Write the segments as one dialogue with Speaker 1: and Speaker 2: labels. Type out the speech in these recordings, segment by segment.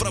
Speaker 1: para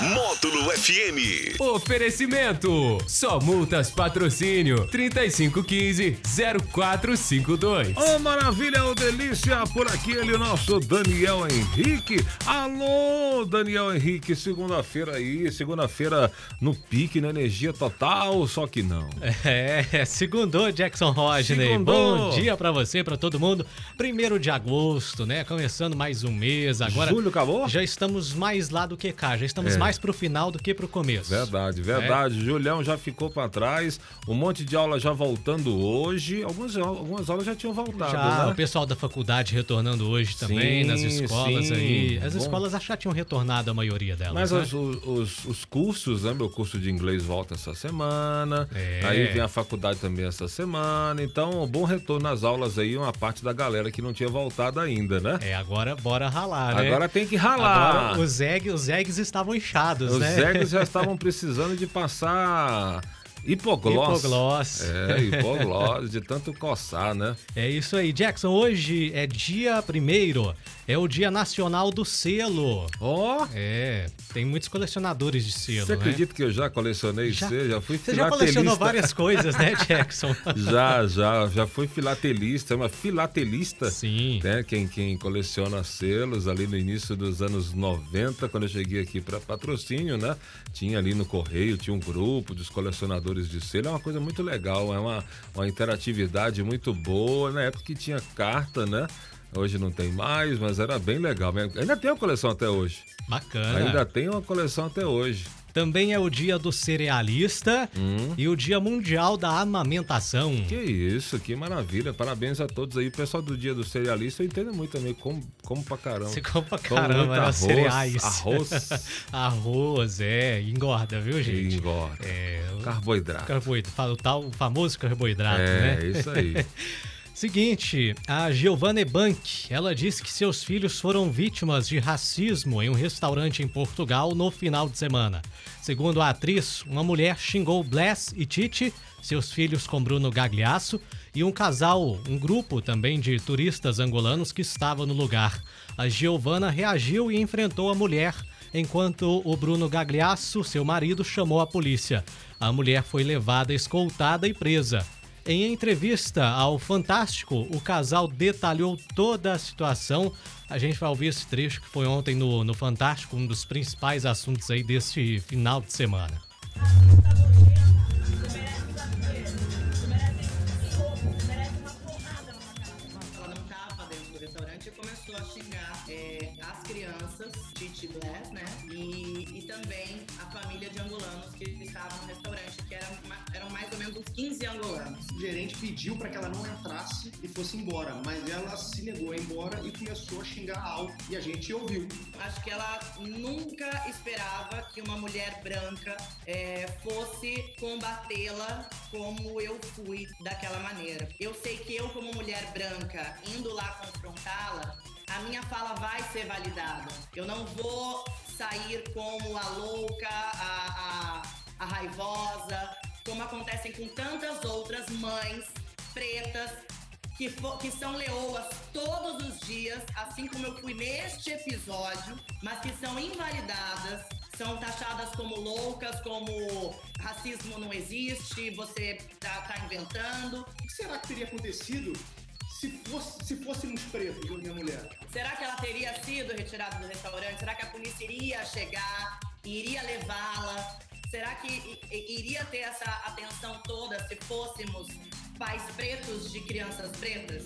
Speaker 1: Módulo FM.
Speaker 2: Oferecimento: Só Multas Patrocínio 3515 0452.
Speaker 3: Ô maravilha, ô delícia, por aqui ele, o nosso Daniel Henrique. Alô, Daniel Henrique, segunda-feira aí, segunda-feira no pique, na energia total, só que não.
Speaker 4: É, segundo Jackson Rodney.
Speaker 3: Segundou.
Speaker 4: Bom dia pra você, pra todo mundo. Primeiro de agosto, né? Começando mais um mês agora.
Speaker 3: Julho acabou?
Speaker 4: Já estamos mais lá do que cá, já estamos
Speaker 3: É.
Speaker 4: mais pro final do que pro começo.
Speaker 3: Verdade, verdade. Julião já ficou pra trás, um monte de aula já voltando hoje. Algumas, algumas aulas já tinham voltado,
Speaker 4: Já,
Speaker 3: né?
Speaker 4: o pessoal da faculdade retornando hoje também,
Speaker 3: Sim,
Speaker 4: nas escolas
Speaker 3: sim. Tá
Speaker 4: aí. As
Speaker 3: Bom.
Speaker 4: escolas já tinham retornado a maioria delas.
Speaker 3: Mas
Speaker 4: né?
Speaker 3: os, os- os cursos, né? Meu curso de inglês volta essa semana.
Speaker 4: É.
Speaker 3: Aí vem a faculdade também essa semana. Então, um bom retorno às aulas aí, uma parte da galera que não tinha voltado ainda, né?
Speaker 4: É, agora bora ralar, né?
Speaker 3: Agora tem que ralar.
Speaker 4: Agora os eggs, os eggs estavam inchados,
Speaker 3: os
Speaker 4: né?
Speaker 3: egos já estavam precisando de passar hipogloss.
Speaker 4: Hipogloss.
Speaker 3: É, hipogloss, de tanto coçar, né?
Speaker 4: É isso aí, Jackson. Hoje é dia primeiro, é o Dia Nacional do Selo.
Speaker 3: Ó,
Speaker 4: É, tem muitos colecionadores de selo,
Speaker 3: você
Speaker 4: né?
Speaker 3: acredita que eu já colecionei selo? Já fui
Speaker 4: Você já
Speaker 3: filatelista.
Speaker 4: colecionou várias coisas, né, Jackson?
Speaker 3: Já, já, já fui filatelista, uma filatelista.
Speaker 4: Sim.
Speaker 3: Né? Quem, quem coleciona selos ali no início dos anos 90, quando eu cheguei aqui para patrocínio, né? Tinha ali no Correio, tinha um grupo dos colecionadores de selo. É uma coisa muito legal, é uma, uma interatividade muito boa. Na época que tinha carta, né? Hoje não tem mais, mas era bem legal. Ainda tem uma coleção até hoje.
Speaker 4: Bacana.
Speaker 3: Ainda tem uma coleção até hoje.
Speaker 4: Também é o Dia do Cerealista e o Dia Mundial da Amamentação.
Speaker 3: Hum. Que isso, que maravilha. Parabéns a todos aí. O pessoal do Dia do Cerealista, eu entendo muito também. Como, como pra caramba.
Speaker 4: Você compra
Speaker 3: Como muito
Speaker 4: caramba, né? Os
Speaker 3: arroz,
Speaker 4: cereais.
Speaker 3: Arroz
Speaker 4: Arroz, é, engorda, viu,
Speaker 3: e
Speaker 4: gente?
Speaker 3: engorda.
Speaker 4: É, o
Speaker 3: Carboidrato.
Speaker 4: carboidrato, fala o tal o famoso carboidrato,
Speaker 3: É,
Speaker 4: né?
Speaker 3: isso aí.
Speaker 4: Seguinte, a Giovanna Bank, ela diz que seus filhos foram vítimas de racismo em um restaurante em Portugal no final de semana. Segundo a atriz, uma mulher xingou Bless e Tite, seus filhos com Bruno Gagliasso, e um casal, um grupo também de turistas angolanos que estava no lugar. A Giovanna reagiu e enfrentou a mulher, enquanto o Bruno Gagliasso, seu marido, chamou a polícia. A mulher foi levada, escoltada e presa. Em entrevista ao Fantástico, o casal detalhou toda a situação. A gente vai ouvir esse trecho que foi ontem no, no Fantástico, um dos principais assuntos aí desse final de semana.
Speaker 5: Ela não tava dentro do restaurante e começou a xingar é, as crianças, Titi Bless, né? E, e também a família de angolanos que estavam no restaurante, que eram, ma- eram mais ou menos uns 15 angolanos.
Speaker 6: O gerente pediu para que ela não entrasse e fosse embora, mas ela se negou a ir embora e começou a xingar alto e a gente ouviu.
Speaker 5: Acho que ela nunca esperava que uma mulher branca é, fosse combatê-la como eu fui daquela maneira. Eu sei que eu, como mulher branca, indo lá confrontá-la, a minha fala vai ser validada. Eu não vou sair como a louca, a, a, a raivosa, como acontecem com tantas outras mães pretas que, fo- que são leoas todos os dias, assim como eu fui neste episódio, mas que são invalidadas, são taxadas como loucas, como racismo não existe, você tá, tá inventando.
Speaker 6: O que será que teria acontecido se, fosse, se fôssemos pretos, eu e minha mulher?
Speaker 5: Será que ela teria sido retirada do restaurante? Será que a polícia iria chegar, iria levá-la? Será que i- i- iria ter essa atenção toda se fôssemos pais pretos de crianças pretas?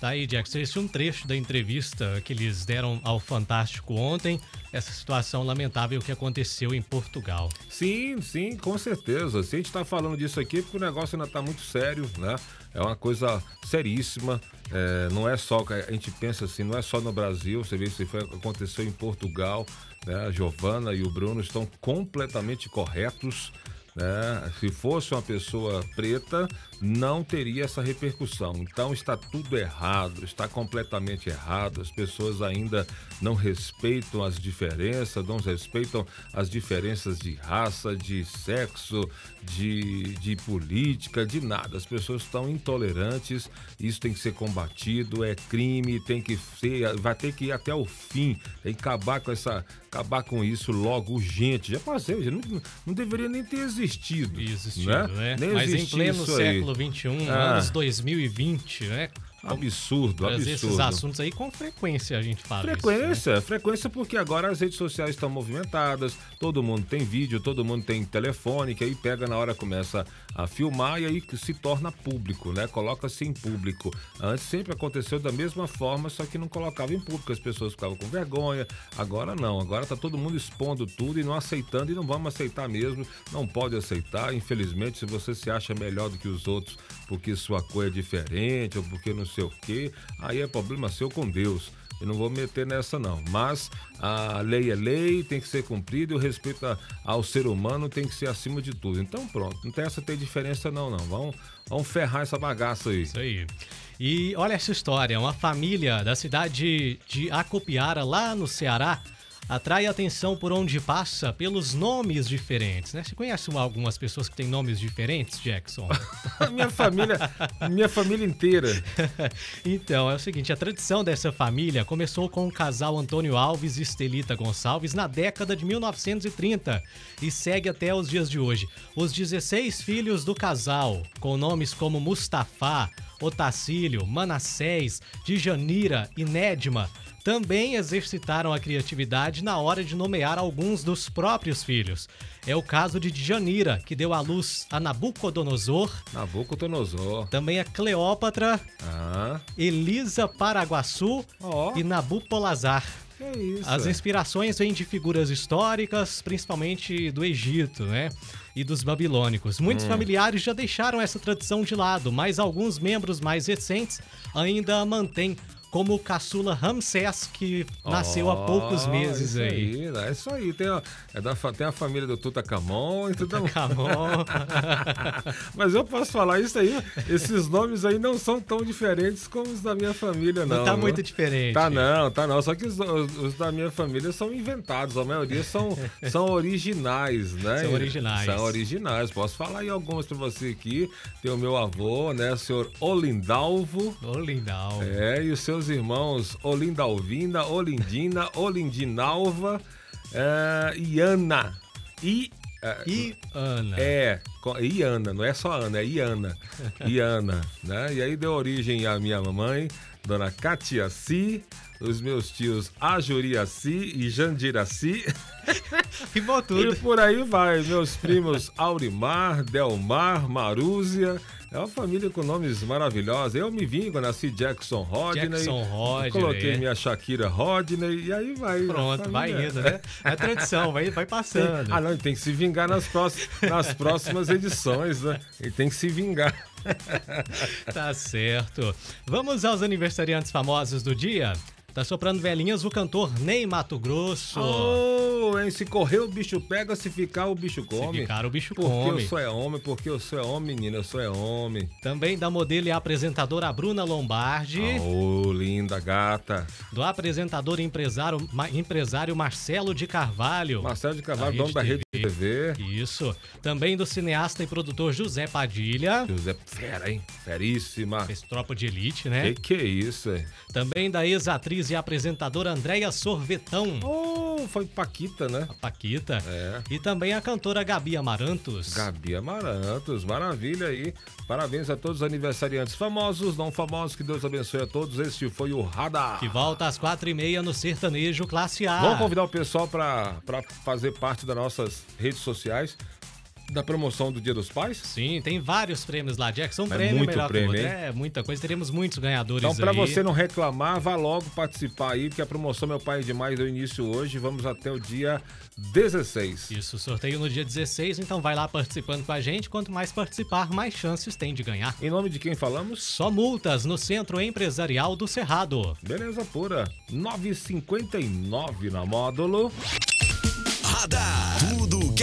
Speaker 4: Tá aí, Jackson. Esse é um trecho da entrevista que eles deram ao Fantástico ontem. Essa situação lamentável que aconteceu em Portugal.
Speaker 3: Sim, sim, com certeza. Se a gente está falando disso aqui, é porque o negócio ainda está muito sério, né? É uma coisa seríssima. É, não é só, a gente pensa assim, não é só no Brasil, você vê isso foi, aconteceu em Portugal, né? A Giovana e o Bruno estão completamente corretos. Né? Se fosse uma pessoa preta, não teria essa repercussão. Então está tudo errado, está completamente errado. As pessoas ainda não respeitam as diferenças, não respeitam as diferenças de raça, de sexo, de, de política, de nada. As pessoas estão intolerantes, isso tem que ser combatido, é crime, tem que ser, vai ter que ir até o fim, tem que acabar com essa, acabar com isso logo urgente. Já passei, já não, não deveria nem ter existido.
Speaker 4: Existindo, né?
Speaker 3: né? Nem
Speaker 4: Mas em
Speaker 3: existir
Speaker 4: pleno
Speaker 3: isso aí.
Speaker 4: século XXI,
Speaker 3: Ah.
Speaker 4: anos 2020, né?
Speaker 3: Absurdo,
Speaker 4: Trazer esses
Speaker 3: absurdo.
Speaker 4: assuntos aí com frequência a gente fala. isso, né?
Speaker 3: Frequência, frequência porque agora as redes sociais estão movimentadas, todo mundo tem vídeo, todo mundo tem telefone, que aí pega na hora, começa a filmar e aí que se torna público, né? Coloca-se em público. Antes sempre aconteceu da mesma forma, só que não colocava em público, as pessoas ficavam com vergonha. Agora não, agora tá todo mundo expondo tudo e não aceitando e não vamos aceitar mesmo, não pode aceitar. Infelizmente, se você se acha melhor do que os outros porque sua cor é diferente ou porque não sei o quê, aí é problema seu com Deus. Eu não vou me meter nessa, não. Mas a lei é lei, tem que ser cumprida e o respeito a- ao ser humano tem que ser acima de tudo. Então, pronto, não tem essa ter diferença, não, não. Vamos, vamos ferrar essa bagaça aí.
Speaker 4: Isso aí. E olha essa história: uma família da cidade de Acopiara, lá no Ceará, atrai atenção por onde passa pelos nomes diferentes, né? Você conhece algumas pessoas que têm nomes diferentes, Jackson?
Speaker 3: minha família, minha família inteira.
Speaker 4: então, é o seguinte, a tradição dessa família começou com o casal Antônio Alves e Estelita Gonçalves na década de 1930 e segue até os dias de hoje. Os 16 filhos do casal, com nomes como Mustafá, Otacílio, Manassés, Dijanira e Nédima, também exercitaram a criatividade na hora de nomear alguns dos próprios filhos. É o caso de Dijanira, que deu à luz a Nabucodonosor,
Speaker 3: Nabucodonosor.
Speaker 4: também a Cleópatra,
Speaker 3: Ah,
Speaker 4: Elisa Paraguaçu
Speaker 3: Ó.
Speaker 4: e Nabu Polazar.
Speaker 3: que isso.
Speaker 4: As
Speaker 3: é.
Speaker 4: inspirações vêm de figuras históricas, principalmente do Egito, né? E dos babilônicos.
Speaker 3: Hum.
Speaker 4: Muitos familiares já deixaram essa tradição de lado, mas alguns membros mais recentes ainda a mantêm, como o caçula Ramsés, que nasceu um há poucos
Speaker 3: Ó,
Speaker 4: meses
Speaker 3: isso
Speaker 4: aí.
Speaker 3: É isso aí. Tem a, é da, fa- tem a família do Tutacamon e tudo mais.
Speaker 4: Camon.
Speaker 3: Mas eu posso falar isso aí. Esses nomes aí não são tão diferentes como os da minha família, não.
Speaker 4: Não tá
Speaker 3: viu?
Speaker 4: muito diferente.
Speaker 3: Tá não, tá não. Só que os, os- os da minha família são inventados. A maioria são, são originais, né?
Speaker 4: São originais.
Speaker 3: São originais. Posso falar aí alguns pra você aqui. Tem o meu avô, né? O senhor Olindalvo.
Speaker 4: Ô, Lindal.
Speaker 3: É, e os seus irmãos Olindalvina, Olindina, Olindinalva é, e Ana. E... é,
Speaker 4: E Ana.
Speaker 3: é, co- Iana, não é só Ana, é Iana. Iana, né? E aí deu origem à minha mamãe, dona Catiaci, os meus tios Ajuriaci e Jandiraci.
Speaker 4: Rimou tudo.
Speaker 3: E por aí vai, meus primos Aurimar, Delmar, Marúzia. É uma família com nomes maravilhosos. Eu me vingo, nasci Jackson Rodney.
Speaker 4: Jackson Rodney,
Speaker 3: Coloquei
Speaker 4: é.
Speaker 3: minha Shakira Rodney. E aí vai. a
Speaker 4: Pronto, vai
Speaker 3: família.
Speaker 4: indo, né? É tradição, vai, vai
Speaker 3: Tem-
Speaker 4: passando.
Speaker 3: Ah, não, tem que se vingar nas, próxi- nas próximas edições, né? Ele tem que se vingar.
Speaker 4: Tá certo. Vamos aos aniversariantes famosos do dia? Tá soprando velhinhas o cantor Ney Mato Grosso.
Speaker 3: Oh, hein? Se correr, o bicho pega, se ficar, o bicho come.
Speaker 4: ficar, o bicho
Speaker 3: porque
Speaker 4: come.
Speaker 3: eu sou é homem, porque eu sou é homem, menina, eu sou é homem.
Speaker 4: Também da modelo e apresentadora Bruna Lombardi.
Speaker 3: Ô, linda gata.
Speaker 4: Do apresentador e empresário, ma- empresário Marcelo de Carvalho.
Speaker 3: Marcelo de Carvalho,
Speaker 4: Da
Speaker 3: dono da Rede TV.
Speaker 4: Isso. Também do cineasta e produtor José Padilha.
Speaker 3: José, fera, hein? Feríssima.
Speaker 4: Esse tropa de elite, né?
Speaker 3: Que que é isso, hein?
Speaker 4: Também da ex-atriz e apresentadora Andréia Sorvetão.
Speaker 3: Oh, foi Paquita, né?
Speaker 4: A Paquita.
Speaker 3: É.
Speaker 4: E também a cantora Gabi Amarantos.
Speaker 3: Gabi Amarantos, maravilha aí. Parabéns a todos os aniversariantes famosos, não famosos, que Deus abençoe a todos. Este foi o Radar.
Speaker 4: Que volta às quatro e meia no Sertanejo Classe A.
Speaker 3: Vamos convidar o pessoal para fazer parte das nossas redes sociais, da promoção do Dia dos Pais.
Speaker 4: Sim, tem vários prêmios lá, Jackson. Um
Speaker 3: Mas
Speaker 4: prêmio
Speaker 3: É muito
Speaker 4: melhor
Speaker 3: prêmio,
Speaker 4: que o outro.
Speaker 3: hein?
Speaker 4: É, muita coisa. Teremos muitos ganhadores
Speaker 3: Então, para
Speaker 4: aí.
Speaker 3: você não reclamar, vá logo participar aí, porque a promoção Meu Pai é Demais deu início hoje. Vamos até o dia 16.
Speaker 4: Isso, sorteio no dia 16, então vai lá participando com a gente. Quanto mais participar, mais chances tem de ganhar.
Speaker 3: Em nome de quem falamos?
Speaker 4: Só multas no Centro Empresarial do Cerrado.
Speaker 3: Beleza pura, 9,59 na módulo.
Speaker 1: Radar. Tudo o que